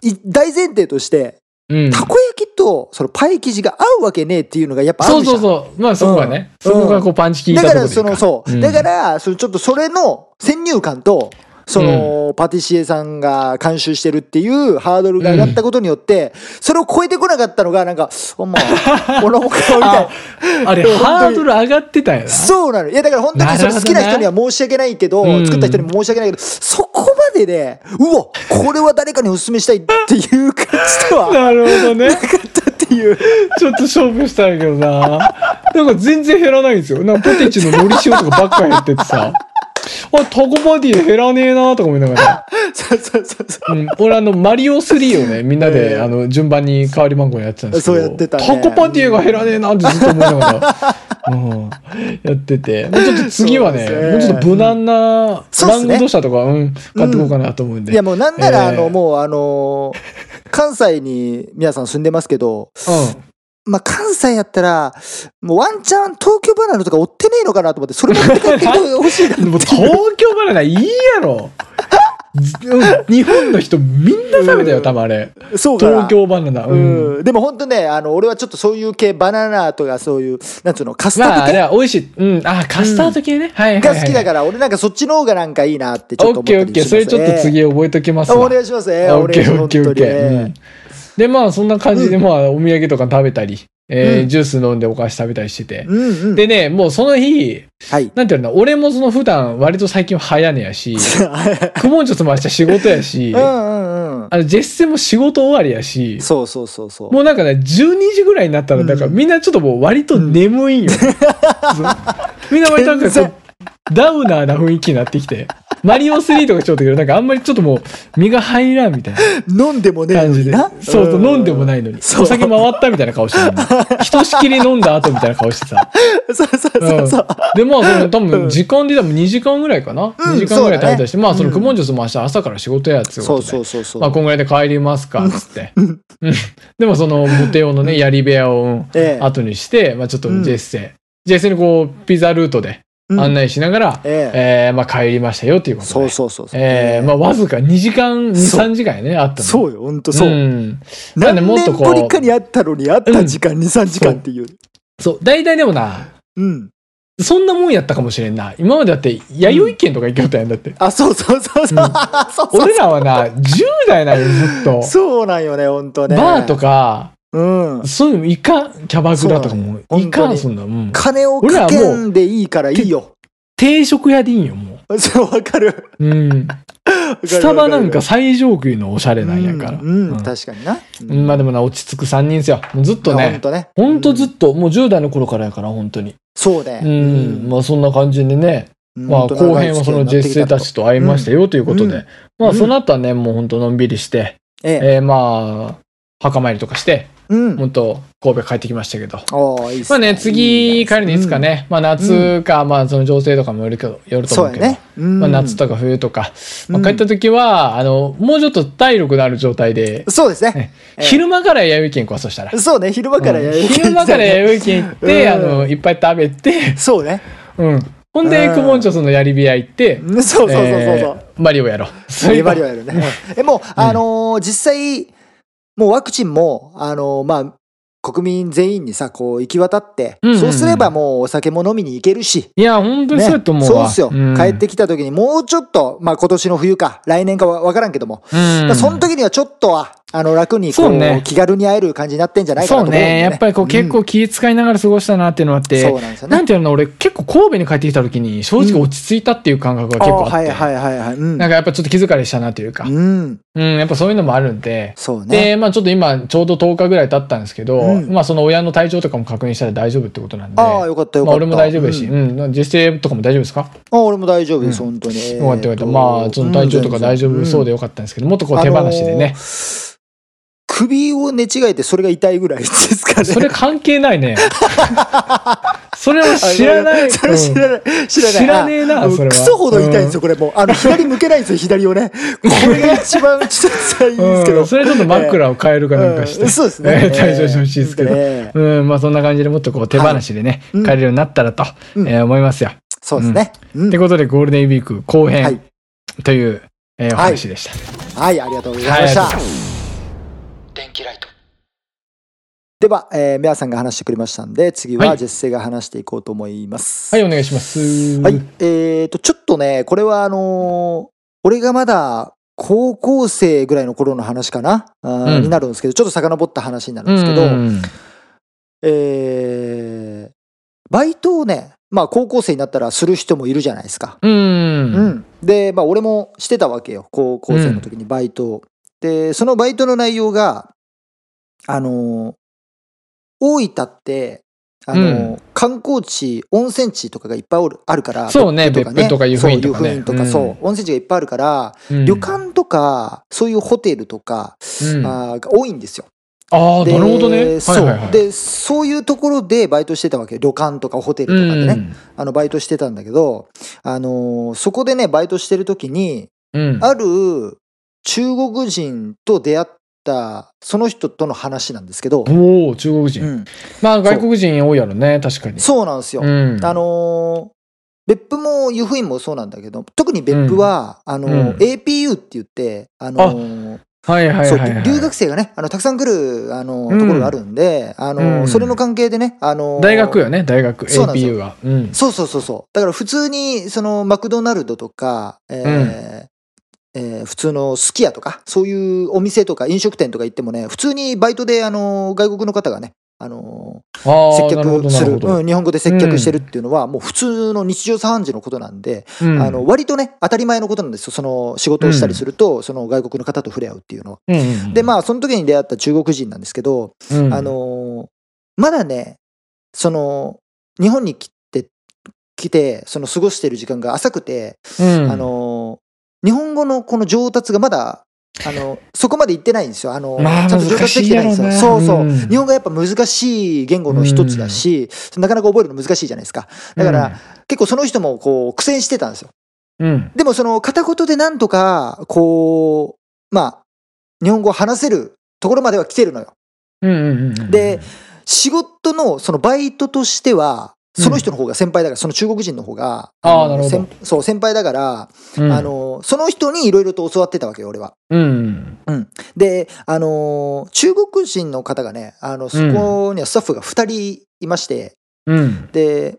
B: い大前提として、
A: うん。
B: たこ焼きとそのパイ生地が合うわけねえっていうのがやっぱあ
A: そ
B: る
A: う
B: じ
A: そ
B: ゃん
A: うそう。まあそこはね。
B: うん
A: そこがこうパンチ効いた
B: だ
A: ところ
B: から
A: でいい
B: そのそう、
A: ん
B: だからそのちょっとそれの先入観とその、パティシエさんが監修してるっていうハードルが上がったことによって、それを超えてこなかったのがなんか「
A: <laughs>
B: お前俺もか」みたいな
A: あれ、
B: 本当に
A: ハードル上がってたよな。
B: そうなのいやだから本当にそ
A: なるほど
B: の
A: ね
B: 好きな人には申し訳ないけど、
A: うん
B: 作った人にも申し訳ないけどそこまでで、うわこれは誰かにお勧めしたいっていう感じでは
A: なるほどね。
B: って
A: <laughs>
B: いう
A: ちょっと勝負したいけどな。なんか全然減らないんですよ。なんかポテチの海苔塩とかばっかやっててさ。あ、タコパティ減らねえなとか思いながら。
B: そうそうそうそ
A: うん、俺あの、マリオ3をね、みんなで、
B: ええ
A: あの、順番に代わり番号やってたんですけど。
B: そうやってたね
A: タコパティが減らねえなってずっと思いな
B: <laughs>
A: がら、うん、やってて。もうちょっと次はね、
B: そうですね
A: もうちょっと無難な、
B: そうっ
A: マ
B: す
A: ン
B: ね
A: ゴードシャとか、うん、買ってこうかなと思うん
B: う
A: で。
B: いやもうなんなら、
A: えー
B: あのもうあの関西に皆さん住んでますけど、
A: うん。
B: まあ、関西やったら、もうワンチャン東京バナナとか追ってねえのかなと思って、それ持って帰ってほしいな。
A: でも <laughs> 東京バナナいいやろ。ずうん日本の人みんな食べたよ、多分あれ。
B: そうかな
A: 東京バナナ。うん。
B: うん。でも本当ね、あの、俺はちょっとそういう系、バナナとかそういう、なんつうの、カスター
A: まあ、
B: ド
A: あれ
B: 系
A: は美味しい。うん。あ、カスタード系ね。はいはい、はい。
B: が好きだから、俺なんかそっちの方がなんかいいなってちょっ
A: オ
B: と思
A: ッ
B: ったり
A: ケー
B: し
A: オ
B: ます、
A: ッケー。そ
B: ね。
A: れちょっと次覚えときます
B: あ
A: わ。
B: お願いします。えー、
A: あ
B: お願いします。
A: オッケーオッケーオッケー。うんで、まあ、そんな感じで、まあ、お土産とか食べたり、えー
B: うん
A: ジュース飲んでお菓子食べたりしてて。
B: うんうん。
A: でね、もうその日、
B: はい。
A: なんていうのかな、俺もその普段割と最近早寝やし、くもんちょつました仕事やし、
B: <laughs> うんうんうん。
A: あの、ジェッセンも仕事終わりやし、
B: そうそうそうそう。
A: もうなんかね、12時ぐらいになったら、
B: うん
A: なんかみんなちょっともう割と眠いんよ。
B: <laughs>
A: そうみんな割となんか
B: 全
A: こう、ダウナーな雰囲気になってきて、マリオ3とかちょっとけど、なんかあんまりちょっともう身が入らんみたいな
B: 飲んでもねえの
A: 感じ
B: に
A: で
B: な。。
A: そうそう、飲んでも
B: い。
A: ないのに。お
B: そう
A: 酒回ったみたいな顔してる
B: <laughs>
A: の。ひとしきり飲んだ後みたいな顔してさ。
B: そうそう <laughs> そうそう。
A: で、まあ、その多
B: うん
A: 分時間で多分2時間ぐらいかな。2時間ぐらい食べたりして、
B: そうだね
A: まあ、その
B: うん
A: クモンジュスも明日朝から仕事やっつうこ
B: そう
A: とで。
B: そうそうそう。
A: まあ、こんぐらいで帰りますか、つって。うん。 <laughs> でも、その、モテ用のね、槍部屋を
B: ええ
A: 後にして、まあ、ちょっと
B: うん
A: ジェッセ、ジェッセにこう、ピザルートで
B: うん
A: 案内しながら、
B: ええ
A: えーまあ、帰りましたよ、っていうことで。
B: そうそうそうそう。
A: えーまあ、わずか2時間、2、3時間やね、あったの。
B: そうよ、ほんとそう。
A: うんなん
B: 何
A: でもっと
B: 年
A: こう
B: ぶりかに会ったのに会った時間2、3時間っていう。
A: そう、大体でもな、
B: うん。
A: そんなもんやったかもしれんな。今までだって、弥生県とか行きよったやんだって。
B: あ、そうそうそう <laughs> そ
A: う
B: う。そうそう
A: 俺らはな、10代なんよ、ずっと。
B: そうなんよね、ほんとね。
A: バーとか、
B: うん。
A: そういうのいかん、キャバクラとかも、
B: そうなんよ
A: いか
B: 本当に
A: ん、そんな、うん。
B: 金をかけんでいいからいいよ。
A: 定食屋でいいんよ、も
B: そう、わかる。
A: う。うん。
B: わかる
A: スタバなんか最上級のおしゃれなんやから。
B: うんうん
A: うん
B: 確かにな。う
A: うんんまあでもな、落ち着く3人っすよ。もうずっと
B: まあほん
A: ね。
B: とね。
A: ほんとずっ
B: と。
A: と、もう10代の頃からやから、本当に。
B: そうね。
A: うん。まあそんな感じでね。まあ後編はそのジェッセたちと会いましたよということ
B: うんうん
A: で。まあその後はね、もうほんとのんびりして、
B: ええ。
A: えーまあ、墓参りとかして、
B: うん。
A: ほんと神戸帰ってきましたけど。
B: おーいいっす
A: まあね、次帰るのいつか。ね、まあ夏か、まあその情勢とかもよるけど、よ
B: いい
A: る
B: です
A: と
B: そ
A: 思
B: う
A: う
B: や
A: けど。
B: ね。うん
A: まあ、夏とか冬とか、まあ、
B: うん
A: 帰った時は、あのもうちょっと体力のある状態で、
B: そうですね。
A: ね
B: ええ
A: 昼間から弥生県こそしたら、
B: そうね、昼間からやる
A: うん昼間から弥生県行って、
B: うん
A: あのいっぱい食べて、
B: <laughs> そうね。
A: うん、ほん
B: う
A: で
B: ん
A: クモンチョスのやり部屋行って、
B: そうそうそうそう
A: え
B: そ
A: ー
B: う。
A: マリオやろう
B: そういうバリはやるね。 <laughs> え、もう、あのー、実際、もうワクチンも、あのー、まあ、国民全員にさ、こう、行き渡って
A: うんうんう、ん
B: そうすればもうお酒も飲みに行けるし、
A: いや本当に
B: ね
A: そうやと思う
B: そう
A: わ、
B: ですよ。
A: ん
B: 帰ってきた時にもうちょっと、まあ今年の冬か、来年かは分からんけども、
A: うん
B: まあその時にはちょっとは、あの、楽に、こ、
A: そううね
B: 気軽に会える感じになってんじゃないかな
A: そ
B: と
A: う
B: 思うんだよ
A: ねやっぱりこう結構気遣いながら過ごしたなっていうのがあっ
B: うん
A: て、
B: そうなんですよね。
A: なんていうの俺結構神戸に帰ってきた時に正直落ち着いたっていう感覚が結構あって、
B: あーはいはいはいはい。うん
A: なんかやっぱちょっと気疲れしたなというか、
B: うん。
A: うん、やっぱそういうのもあるんで、
B: そうね。
A: で、まあちょっと今、ちょうど10日ぐらい経ったんですけど、
B: うん
A: まあその親の体調とかも確認したら大丈夫ってことなんで、
B: ああ、よかったよか
A: ま
B: っ
A: あ俺
B: た。
A: も大丈夫だし、
B: うん
A: うん、自制とかも大丈夫ですか、
B: あ俺も大丈夫で
A: う
B: す、
A: ん
B: 本当に。
A: よかったよかった。まあその体調とか大丈夫そうで
B: よ。
A: よかったんですけど、もっとこう手放しで
B: あの
A: ね。
B: ー首を寝違えてそれが痛いぐらいですかね。
A: <laughs> それ関係ないね。 <laughs> それは知らない。
B: <laughs> それ知らない。知らない。
A: 知らねえな
B: あもう
A: それは
B: クソほど痛いんですよ、これもう。あの、左向けないんですよ、
A: <laughs>
B: 左をね。これが一番小さい
A: う
B: ん
A: ん
B: ですけ
A: う
B: ど。
A: んそれちょっと枕を変えるかなんかして。。
B: うんそうですね
A: <laughs> 対処してほしいですけど。
B: ええ
A: うん、まあそんな感じでもっとこう手放しでね、
B: はいうん
A: 帰れるようになったらと、
B: うん
A: えー思いますよ。
B: そうですね。う
A: っ
B: ん
A: てことでゴールデンウィーク後
B: は
A: 編
B: い。
A: という、えーお話でした。
B: はい、ありがとうございまし
A: はいありがと
B: た
A: う。
B: 電気ライト。では、えー、メアさんが話してくれましたんで、次
A: は
B: はいジェッセが話していこうと思います。
A: はい、お願いします。
B: はい。えっ、と、ちょっとね、これはあのー俺がまだ高校生ぐらいの頃の話かな、あー
A: うん
B: になるんですけど、ちょっと遡った話になるん
A: う
B: ですけど、
A: ん。
B: えーバイトをね、まあ高校生になったらする人もいるじゃないですか。
A: う。
B: うんん。で、まあ俺もしてたわけよ、高校生の時にバイトを。で、そのバイトの内容が、あのー大分って、あのー
A: う
B: 観光地、温泉地とかがいっぱいおるあるから、
A: そうね
B: 別府
A: 別府とか湯布院とかね
B: そう、湯布院とか、
A: うん
B: そう、温泉地がいっぱいあるから、
A: うん
B: 旅館とか、そういうホテルとか、
A: うんあ
B: あーが多いんですよ。
A: あ、
B: で
A: なるほどね。はい
B: そう、
A: はいはい。
B: でそういうところでバイトしてたわけよ旅館とかホテルとかでね、あのバイトしてたんだけど、あのーそこでねバイトしてる時に
A: うん。うん。
B: ある中国人と出会ったその人との話なんですけど、
A: おお、中国
B: う
A: 人。
B: ん
A: まあ外国人多いやろね、確かに。
B: そうなんですよ、
A: うん。
B: あのー別府も湯布院もそうなんだけど特に別府は、あのー
A: うん
B: APU って言って、あのー
A: はいはい
B: そう
A: はいはい。
B: 留学生がねあのたくさん来る、あのー
A: うん
B: ところがあるんで、あのー
A: うん
B: それの関係でね、あのー
A: 大学よね、大学。
B: そうなんです
A: APU
B: よ
A: は。うん。
B: そうそうそうそう。だから普通に、その、マクドナルドとか、えーえー普通のすき家とか、そういうお店とか飲食店とか行ってもね、普通にバイトで、あの、外国の方がね、あの
A: あー
B: 接
A: なるほどな
B: 客す
A: る
B: る
A: ほど
B: うん、日本語で接客してるっていうのは、もう普通の日常茶飯事のことなんで、
A: うん
B: あの割とね当たり前のことなんですよその仕事をしたりすると、その外国の方と触れ合うっていうのは。
A: うんうん
B: でまあその時に出会った中国人なんですけど、
A: うん
B: あのーまだねその日本に来て来てその過ごしてる時間が浅くて、
A: うん
B: あのー日本語のこの上達がまだあ
A: <laughs>
B: のそこまで行ってないんですよ。あの
A: まあ
B: ちゃんと上達できてないんですよ。
A: 難しいやろな
B: そううそう、
A: うん
B: 日本語がやっぱ難しい言語の一つだし、なかなか覚えるの難しいじゃないですか。だから、結構その人もこう苦戦してたんですよ。
A: うん
B: でもその片言でなんとかこうまあ日本語を話せるところまでは来てるのよ。
A: うんうんうんうん
B: で仕事のそのバイトとしてはその人の方が先輩だから、その中国人の方が
A: あーな
B: の
A: るほど
B: 先そう先輩だから、
A: うん
B: あのその人にいろいろと教わってたわけよ俺は。
A: うん
B: であの中国人の方がねあのそこにはスタッフが2人いまして、
A: うん
B: で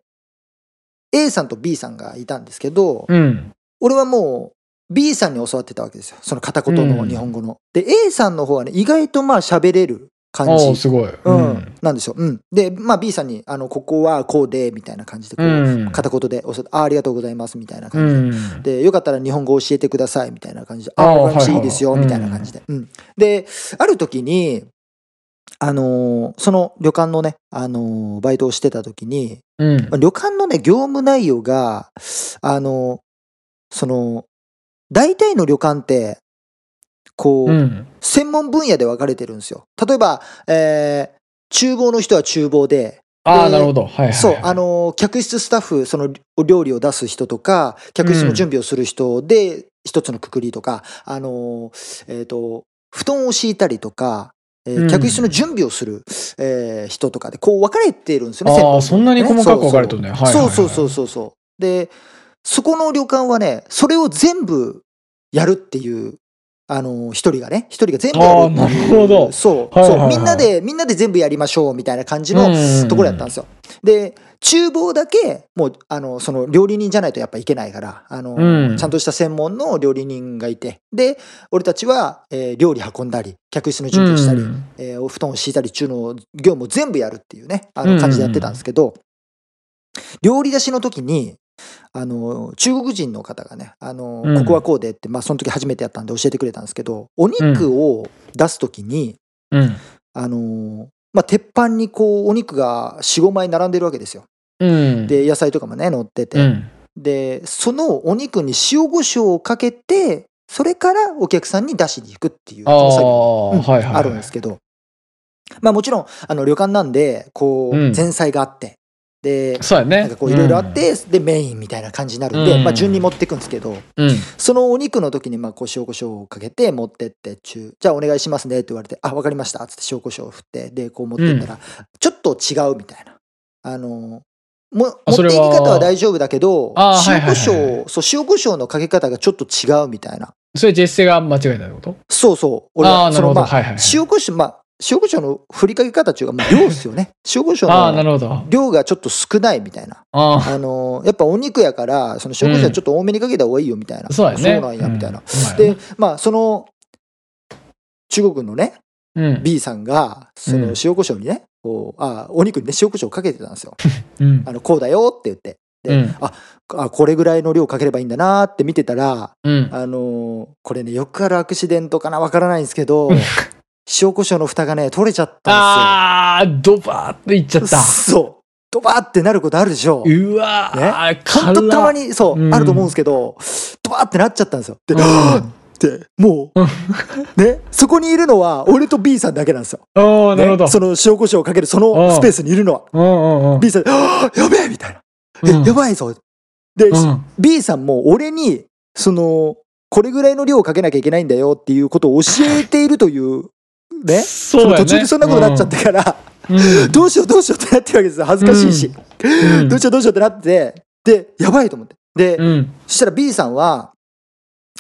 B: A さんと B さんがいたんですけど、
A: うん
B: 俺はもう B さんに教わってたわけですよその片言の日本語の、で A さんの方はね意外とまあ喋れる感
A: おー
B: じ、
A: すごい
B: うんなんですよ、うん、で、まあ、B さんにあの「ここはこうで」みたいな感じでこう、
A: うん
B: 片言で教わって「あありがとうございます」みたいな
A: う
B: 感じで。
A: ん
B: でよかったら日本語教えてくださいみたいな感じで「
A: あー
B: あわかりました
A: はい
B: い
A: はいい
B: ですよ」
A: うん
B: みたいな感じで、うん、である時にあのーその旅館のね、あのーバイトをしてた時に
A: うん
B: まあ旅館のね、業務内容が、あの、その、大体の旅館って、こう、
A: うん
B: 専門分野で分かれてるんですよ。例えば、えー厨房の人は厨房で、
A: ああ
B: で
A: なるほどはいはいはい
B: そう、あの、客室スタッフ、その、お料理を出す人とか、客室の準備をする人で、一つのくくりとか、あの、えっ、と、布団を敷いたりとか、えー
A: うん
B: 客室の準備をする、えー人とかで、こう分かれてるんですよね、
A: ああそんなに細かく分かれてるねはいはい
B: そ
A: は
B: う
A: い
B: そうそうそうそう。で、そこの旅館はね、それを全部やるっていう、あの、一人がね、一人が全部やるっていう
A: あーなるほど
B: そう、
A: はいはいはい
B: そう、みんなで、みんなで全部やりましょうみたいな感じの
A: うん
B: ところやったんですよ。で、厨房だけ、もう、あの、その、料理人じゃないとやっぱいけないから、あの、
A: うん
B: ちゃんとした専門の料理人がいて、で、俺たちは、えー料理運んだり、客室の準備をしたり、
A: うん
B: えーお布団を敷いたり中の業務を全部やるっていうねあの感じでやってたんですけど、料理出しの時にあの中国人の方がね「あの
A: うん
B: ここはこうで」って、まあ、その時初めてやったんで教えてくれたんですけどお肉を出す時に、
A: うん
B: あのまあ、鉄板にこうお肉が45枚並んでるわけですよ。
A: うん
B: で野菜とかもね乗ってて、
A: うん
B: でそのお肉に塩コショウをかけてそれからお客さんに出しに行くってい
A: あ
B: うその
A: あ
B: 作業う
A: はい
B: ん
A: はい
B: あるんですけど、まあもちろん、あの旅館なんで、こう、
A: うん
B: 前菜があって、で、
A: そうやね
B: なんかこういろいろあって、で、メインみたいな感じになるんで、
A: うん
B: まあ順に持っていくんですけど、
A: うんうん
B: そのお肉の時に、まあこう塩コショウをかけて持ってって、中、じゃあお願いしますねって言われて、あ、わかりました、つって塩コショウを振って、で、こう持ってったら、ちょっと違うみたいな。あの、も
A: あ
B: 持っ
A: そ
B: て
A: れ
B: い
A: は
B: き方は大丈夫だけど、
A: あー
B: 塩コショウ、
A: はいはいはい
B: そう、塩コショウのかけ方がちょっと違うみたいな。
A: それジェスが間違えたってこと
B: そうそう。俺は
A: あー
B: そ
A: なる
B: の
A: ほど
B: まあ
A: はいはいはい
B: 塩コショウ、まあ、塩コショウの振りかけ方っていうか、まあ、量です
A: <laughs>
B: よね。塩コショ
A: ああな
B: ウの
A: るほど
B: 量がちょっと少ないみたいな。
A: あ
B: あのーやっぱお肉やから、その塩コショウはちょっと多めにかけた方がいいよみたいな。
A: あそうやね
B: なんや、みたいな。
A: うん
B: で、まあ、その、中国のね、
A: うん
B: B さんが、そ
A: うん
B: の塩コショウにね、こう、あーお肉にね、塩コショウかけてたんですよ。
A: うん
B: あの、こうだよって言って。
A: う
B: で
A: ん
B: あ、これぐらいの量かければいいんだなーって見てたら、
A: うん
B: あのーこれね、よくあるアクシデントかなわからないんですけど
A: うん、
B: 塩コショウの蓋がね、取れちゃった
A: ああドバーっといっちゃ
B: んで
A: っ
B: す
A: た
B: よ。そう。ドバーってなることあるでしょ。
A: うわー
B: ほんとたまに、そう、
A: うん
B: あると思うんですけど、ドバーってなっちゃったんですよ。 <gasps> で、
A: うん
B: はぁって、も
A: うん <laughs>
B: う、ね、そこにいるのは、俺と B さんだけなんですよ。
A: ああな
B: ね
A: るほど
B: その塩コショウをかけるそのスペースにいるのは、
A: うんうんうん
B: B さん、はぁやべえみたいな。え
A: うん
B: やばいぞ。で、
A: うん、
B: B さんも俺に、その、これぐらいの量をかけなきゃいけないんだよっていうことを教えているという、
A: そう
B: ね。そ
A: や
B: の
A: ね
B: 途中でそんなことになっちゃったから、
A: うん、うん
B: どうしようどうしようってなってるわけですよ。恥ずかしいし。
A: うん
B: どうしようどうしようってなってて、で、やばいと思って。で、
A: うん
B: そしたら B さんは、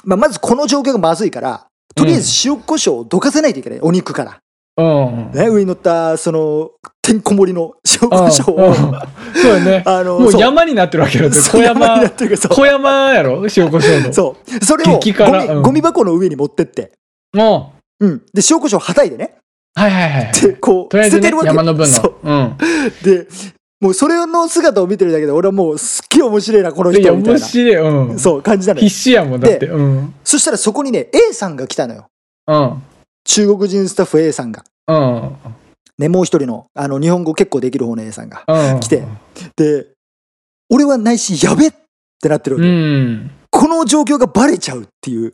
B: まあ、まずこの状況がまずいから、とりあえず塩コショウをどかせないといけない。お肉から。
A: うん
B: ね、上に乗った、その、てんこ盛りの塩コショウ
A: う
B: を
A: んうん、そうやね
B: あの、
A: もう
B: そう
A: 山になってるわけだって
B: そ
A: 小
B: う山
A: 山
B: になってるからそう
A: 小山やろ塩コショウの
B: そう。それをゴ
A: 激辛
B: ミ
A: うん
B: ゴミ箱の上に持ってって。
A: も
B: うん。で、塩コショウはたいでね。
A: はいはいはい。
B: で、こ
A: と
B: う、
A: りあえ
B: 捨
A: ず、ね
B: ててるわ、け
A: 山の分
B: そ
A: の。うん。
B: う。で、もうそれの姿を見てるだけで、俺はもうすっげえ面白いな、この人
A: いや、
B: みたい
A: 面
B: な。
A: 白い。うん。
B: そう、感じなの
A: 必死
B: よ。
A: やもん、だって。うん。
B: そしたらそこにね、A さんが来たのよ。
A: うん。
B: 中国人スタッフ A さんが。
A: うん。
B: ね、もう一人の、あの、日本語結構できる方の A さんが。
A: うん。
B: 来てで、俺は内心、やべってなってるわ
A: う
B: け、
A: ん。
B: この状況がバレちゃうっていう。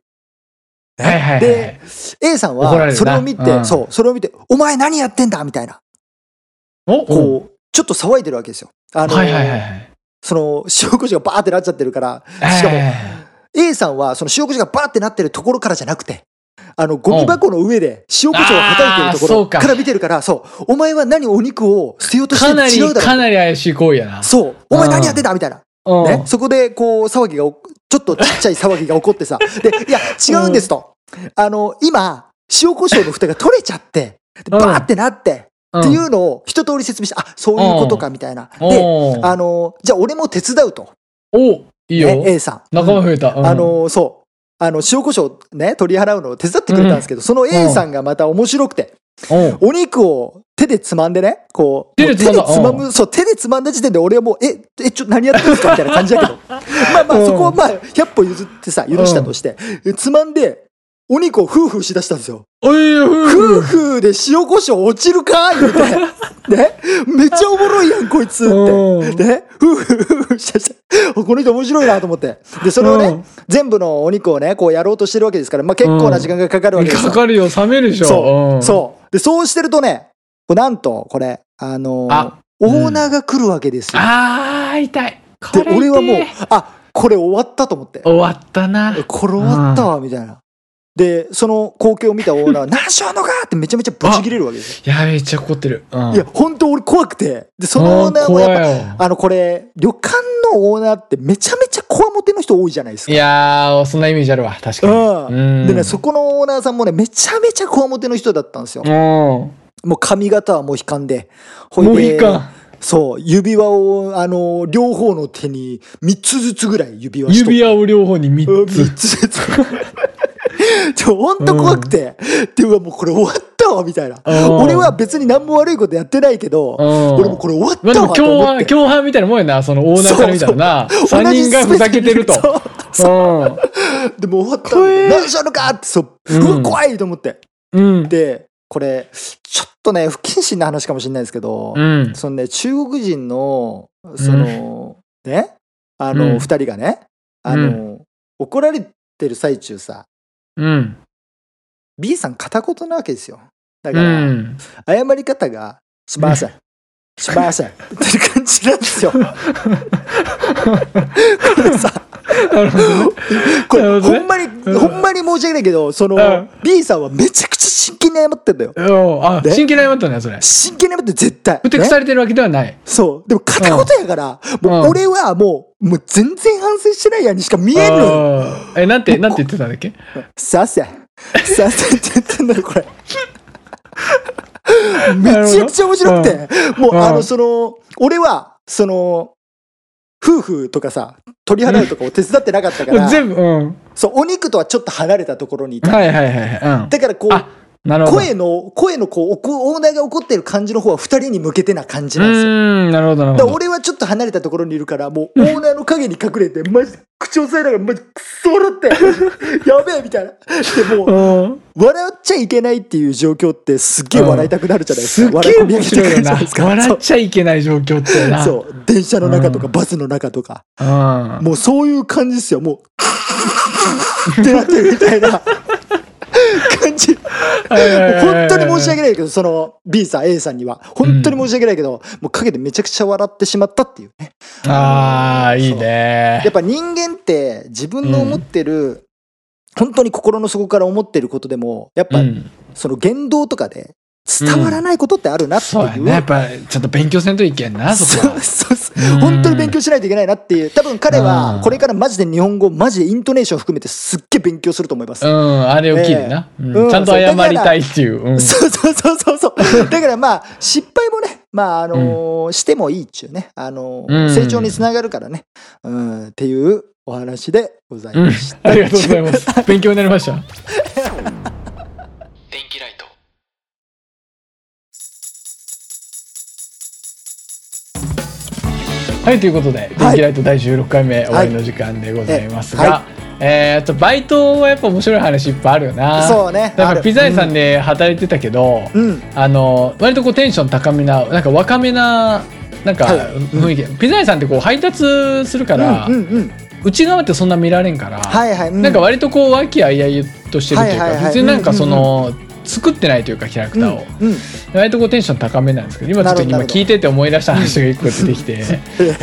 A: はいはいはいは
B: で
A: い。、
B: A さん
A: 怒られる
B: は、
A: な
B: それを見て、
A: うん
B: そう、それを見て、お前何やってんだみたいな、
A: お
B: こう、
A: こ
B: ちょっと騒いでるわけですよ。あ
A: う
B: の、
A: はいはいはいはい。
B: その、塩こしがバーってなっちゃってるから、しか
A: はい
B: も、
A: はいはい
B: A さんは、その塩こしがバーってなってるところからじゃなくて、あの、ゴミ箱の上で塩こしをはたい
A: あー
B: てるとこ
A: そ
B: ろ
A: うか
B: から見てるから、そう、お前は何お肉を捨てようとして
A: か
B: るの
A: なり
B: 違う、だ
A: か
B: ろ。
A: なり怪しい行為やな。
B: そう、お前何やってんだみたいな。
A: うん。
B: ね、そこでこう騒ぎがおちょっとちっちゃい騒ぎが起こってさでいや違うんですと、あの今塩コショウの蓋が取れちゃって
A: う
B: で
A: ん
B: バーってなって、
A: うん
B: っていうのを一通り説明してあそういうことかみたいな、で
A: おー
B: あのじゃあ俺も手伝うと、
A: おいいよ。
B: ね、A さん
A: 仲間増えた。うん
B: あ、のそうあの塩コショウね取り払うのを手伝ってくれたんですけど、その A さんがまた面白くて、
A: おう
B: お肉を手でつまんでね、こう、
A: 手でつまんだ
B: もう手でつまむ、そう、手でつまんだ時点で俺はもう、え、え、ちょ、何やってるんですかみたいな感
A: <laughs>
B: じだけど。まあま
A: うん
B: あ、そこはまあ、100歩譲ってさ、許したとして、つまんで、お肉をフーフーしだしたんですよ。
A: おい
B: フ
A: ふ
B: ー
A: う
B: フーで塩コショウ落ちるか言うて。ねめっちゃおもろいやん、こいつって。
A: うん
B: ねフーフーフーフーしだした。この人面白いなと思って。で、それを
A: う
B: ね
A: ん、
B: 全部のお肉をね、こうやろうとしてるわけですから、まあ結構な時間がかかるわけです
A: か
B: よ。
A: かるよ、冷めるでしょ。
B: そう、
A: ん
B: そう。で、そうしてるとね、こうなんと、これ、あのー
A: あ
B: オーナーが来るわけですよ。
A: あー、痛い。
B: で
A: こ、れ痛い
B: 俺はもう、あ、これ終わったと思って。
A: 終わったな。
B: これ終わったわ、みたいな。で、その光景を見たオーナー
A: <laughs>
B: は、何しようのかってめちゃめちゃブチ切れるわけですよ。
A: やべえ、めっちゃ怒ってる。うん
B: いや、、本当俺怖くて。で、そのオ
A: う
B: ー
A: ん
B: ナーもやっぱ、
A: 怖いよ。
B: あの、これ、旅館のオーナーってめちゃめちゃこわもての人多いじゃないです
A: い
B: か。
A: やー、そんなイメージあるわ、確か
B: う
A: に。
B: ん。でね、そ
A: こ。
B: このオーナーさんもね、めちゃめちゃこわもての人だったんですよ
A: う。ん。も
B: もう髪型はもう悲観で。ほ
A: う
B: いで
A: いいか。
B: そう、指輪を、あの、両方の手に3つずつぐらい指輪しと
A: 指輪を両方に
B: うん
A: 3
B: 3
A: つ。
B: つずつ。 <laughs> ちょ、ほんと怖くて。っていうか、もうこれ終わったわ、みたいな。
A: うん
B: 俺は別に何も悪いことやってないけど、
A: うん
B: 俺もこれ終わっ
A: まあで
B: た
A: も
B: わ、と
A: 共
B: 思っ
A: 犯、
B: て。
A: 共犯みたいなもんやな、そのオーナーから見たらな。
B: そう
A: 3人がふざけてると。
B: そう
A: うん
B: でもう終わったわみたいな。何しようのかって、そう、
A: うん
B: うわ怖いと思って。
A: うん。
B: で、これ、ちょっとね、不謹慎な話かもしれないですけど、
A: うん。
B: そのね、中国人の、その、ね、あ
A: うん
B: の、二人がね、あ
A: う
B: の、怒られてる最中さ、
A: うん。
B: B さん片言なわけですよ。だか
A: う
B: ら、
A: ん。
B: 謝り方が、すみません。すみません。って感じなんで
A: <laughs>
B: すよ。これさ、
A: なるほどね
B: こ
A: な
B: れ、
A: るほど
B: ほ
A: ね
B: んまに、
A: うん
B: ほんまに申し訳ないけど、そうの
A: ん、
B: B さんはめちゃくちゃ真剣に謝ってんだよ。
A: うんあ、
B: で
A: 真剣に謝ったね、それ。
B: 真剣に謝って絶対。
A: ふてくされてるわけではない。
B: そう。でも片言やから、もう俺はもう、もう全然反省してないやんにしか見えんのよ。
A: あーえ、なんて、なんて言ってたんだっけ
B: させさせ <laughs> って言ってんだよこれめちゃくちゃ面白くて、もう、
A: うん
B: あのその俺はその夫婦とかさ取り払うとかを手伝ってなかったから
A: 全部、うん。
B: そうお肉とはちょっと離れたところにいた
A: はいはいはい。
B: だからこ
A: あ
B: う
A: うん。なるほど。
B: 声の声のこうおこオーナーが怒ってる感じの方は2人に向けてな感じ
A: う
B: なんですよ
A: ーん、なるほど、なる
B: だか
A: ほ
B: ら
A: ど。
B: 俺はちょっと離れたところにいるからもうオーナーの影に隠れて <laughs> マジで口押さえながらマジクソ笑って <laughs> やべえみたいなでもう
A: うん
B: 笑っちゃいけないっていう状況ってすっげえ笑いたくなるじゃないです
A: す
B: か。
A: っげ
B: 笑い
A: え
B: 込み上
A: 面
B: げたく
A: 白いよな
B: なるじ。ゃないです
A: 笑っ
B: か。
A: ちゃいけない状況ってな。
B: そうそう。電車の中とか
A: う
B: バスの中とか。
A: うん。あ
B: もうそういう感じですよ。もう、 <laughs> ってなってるみたいな感じ。もう本当に申し訳ないけど、その B さん、A さんには。本当に申し訳ないけど、もう陰でめちゃくちゃ笑ってしまったっていうね。
A: あー、いい
B: <laughs> やっ
A: ね。
B: ぱ人間って自分の思ってる、本当に心の底から思ってることでも、やっ
A: う
B: ぱ
A: ん。
B: その言動とかで伝わらないことってあるなってい
A: そうや
B: う。
A: ね。やっぱ、ちょっと勉強せんといけんな、そこ
B: そ
A: は
B: う。 <laughs> そうそう
A: うん
B: 本当に勉強しないといけないなっていう多分彼
A: う
B: は
A: ん
B: これからマジで日本語マジでイントネーション含めてすっげえ勉強すると思います、
A: うん、あれを聞いてな。
B: え
A: う
B: うんん
A: ちゃんと謝りたいっていう。うん
B: そうそうそうそ
A: <laughs>
B: うそうだからまあ失敗もねまああのーしてもいいっちゅうね、あのー
A: うん
B: 成長につながるからね、うん、っていうお話でござい
A: うん
B: まし。た、
A: ありがとうござ
B: <laughs>
A: います。勉強になりました。
C: 電気ライト
A: はいということで「電
B: はい
A: 気ライト」第16回目、終わりの時間でございますが、
B: は
A: えーっとバイトはやっぱ面白い話いっぱいあるよな
B: そうね
A: だか
B: あ
A: ら
B: る
A: ピザ屋さんで働いてたけど、
B: うん
A: あの割とこうテンション高めななんか若めななんか
B: はい
A: 雰囲気、ピザ屋さんってこう配達するから、
B: うんうんうん
A: 内側ってそんな見られんから、
B: はいはい、う
A: なんか割とこう和気あいあいとしてるというか、
B: はいはいはい
A: 別になんかその、作ってないというかキャラクターを、
B: うんうん
A: 割とこうテンション高めなんですけど今ちょっと今
B: なるほどなるほど
A: 聞いてて思い出した話が一個出てき
B: <laughs>
A: て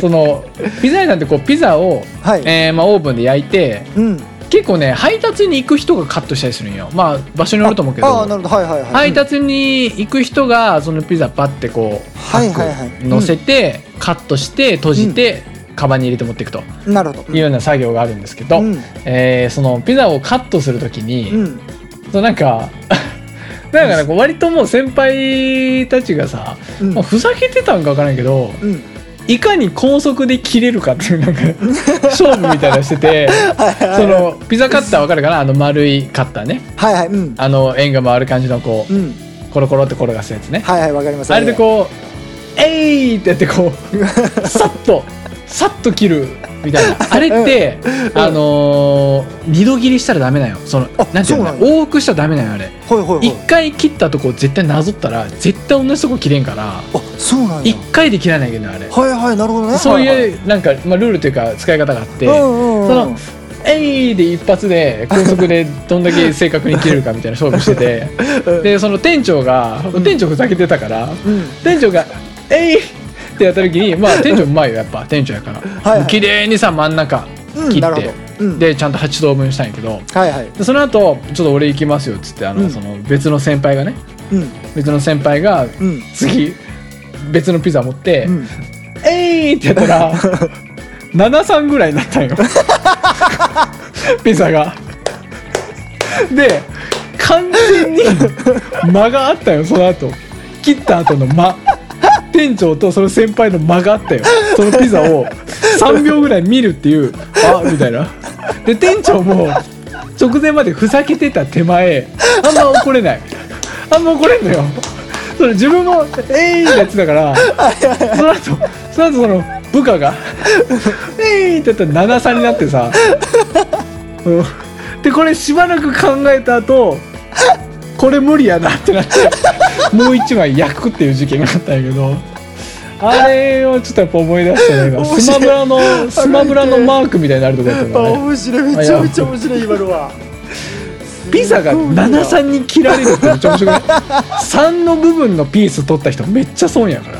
A: そのピザ屋さんってこうピザを、
B: はい、
A: えーまあ、オーブンで焼いて
B: うん
A: 結構ね配達に行く人がカットしたりするんよまあ場所によると思うけ
B: ああ
A: ど
B: なるほどはいはいはい
A: 配達に行く人がそのピザパッてこうパ
B: はいはいはい
A: ック乗せてカットして閉じて、カバンに入れて持っていくと
B: うんなるほど
A: いうような作業があるんですけど、
B: うん
A: えーそのピザをカットするときに、
B: うん
A: そうなんか <laughs> なんかねこう割ともう先輩たちがさ、
B: うん
A: まあ、ふざけてたんか分からんけど
B: うん
A: いかに高速で切れるかっていうなんか <laughs> 勝負みたいなのして
B: <laughs>
A: てそのピザカッター分かるかなあの丸いカッターね
B: はいはいうん
A: あの円が回る感じのこ
B: うん
A: うコロコロって転がすやつね
B: はいはいわかります
A: あれでこう「えい!」ってやってこう
B: <laughs>
A: さっとさっと切るみたいなあれって、あのー二度切りしたらダメなよその
B: あ
A: なんていうのかな
B: そうなん
A: 往復したらダメなよあれ
B: はいはいはい
A: 一回切ったとこ絶対なぞったら絶対同じとこ切れんから
B: あそうなんや
A: 一回で切らないけどあれ
B: はいはいなるほどね
A: そう
B: はは
A: いうなんか、まあ、ルールというか使い方があって
B: うんうんうん
A: その「えい!」で一発で高速でどんだけ正確に切れるかみたいな勝負して
B: <laughs>
A: てでその店長が
B: うん
A: 店長ふざけてたから
B: うん
A: 店長が「えい!」ってやった時にまあ店長うまいよやっぱ店長やから、
B: いはい
A: 綺麗にさ真ん中
B: うん
A: 切
B: な
A: っ
B: るほ
A: て
B: ど、うん
A: でちゃんと8等分したんやけど
B: はいはい
A: でその後ちょっと俺行きますよ」っつってあの、
B: うん
A: その別の先輩がね
B: うん
A: 別の先輩が
B: うん
A: 次別のピザ持って
B: うん
A: 「えい!」ってやった
B: <laughs>
A: ら73ぐらいになったんよピザがで完全に間があったよその後切った後の間店長とその先輩の間があったよそのピザを3秒ぐらい見るっていうあみたいなで店長も直前までふざけてた手前あんま怒れないあんま怒れんのよそれ自分も「えい!」ってやってたからその後その後その部下が「えい!」ってやったら7差になってさうんでこれしばらく考えた後これ無理やなってなってもう一枚焼くっていう事件があったんやけどあれをちょっとやっぱ思い出したね今
B: 面白い
A: スマブラのスマブラのマークみたいになるとこやった
B: あ
A: からね
B: 面白いめちゃめちゃ面白い今のは
A: ピザが7
B: 歳
A: 三に切られるって
B: <laughs>
A: めっちゃ面白くない3の部分のピース取った人めっちゃ損やから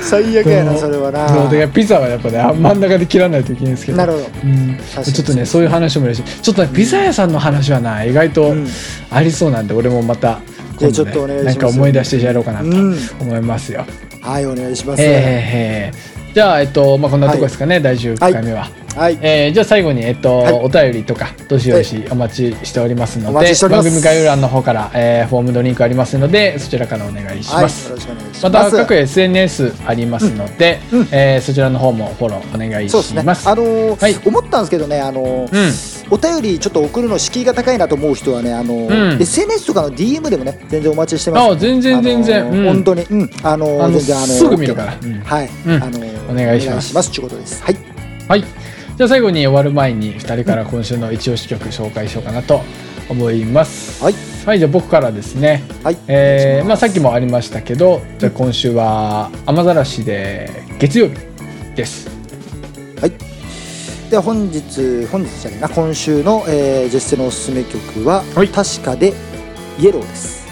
B: 最悪やなそれは
A: そうで
B: な
A: ピザはやっぱねあ真ん中で切らないといけないんですけど
B: なるほど
A: うん、
B: かに
A: ちょっとねそういう話もいるしちょっとねピザ屋さんの話はな意外と
B: うん
A: ありそうなんで、俺もまた今
B: じゃ
A: 度、
B: あちょっとお願い
A: ね、
B: し
A: な
B: ま
A: ん
B: す
A: か思い出してやろうかなと
B: うん
A: 思いますよ。
B: はいお願いします
A: えーえーえーじゃあ、えっとまあ、こんなとこですかね、第10回目は。
B: はい
A: えーじゃあ最後に、えっと
B: はい
A: お便りとかどしどしお待ちしておりますの
B: お
A: で、
B: 待ちしておりま
A: 番
B: す
A: 組概要欄の方から、えーフォームドリンクありますのでそちらからお願いし
B: はい
A: ま
B: よ
A: す。
B: ろしくお願いし
A: ま
B: ます
A: た各 SNS ありますので、えーそちらの方もフォローお願いし
B: そう
A: ま。
B: ですすねあのー
A: はい
B: 思ったんですけどねあのー
A: うん
B: お便りちょっと送るの敷居が高いなと思う人はねあのー、
A: うん
B: SNS とかの DM でもね全然お待ちしてます
A: あ全然全然
B: あのー
A: うん
B: 本当に、うん、あのー
A: あの
B: 全然あのー
A: すぐ見るから
B: OK
A: うん
B: はい、
A: うん
B: あのー
A: お願いします
B: お願いしますということですはい
A: はい。じゃあ最後に終わる前に2人から今週の一押し曲紹介しようかなと思います。
B: はい。
A: はい、じゃあ僕からですね。
B: はい、
A: えー
B: お願いしす
A: まあさっきもありましたけど、じゃあ今週は雨ざらしで月曜日です。
B: では本日本日じゃねえな今週の、えー、ジェステのおすすめ曲は、
A: はい
B: 確かでイエローです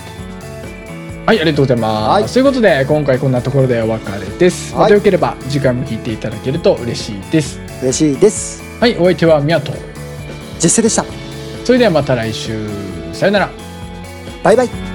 A: はい、ありがとうございます。
B: はい
A: ということで今回こんなところでお別れです。
B: はい
A: またよければ次回も聴いていただけると嬉しいです。
B: 嬉しいです
A: はい、お相手はミヤト。
B: ジェステでした
A: それではまた来週。さよなら。
B: バイバイ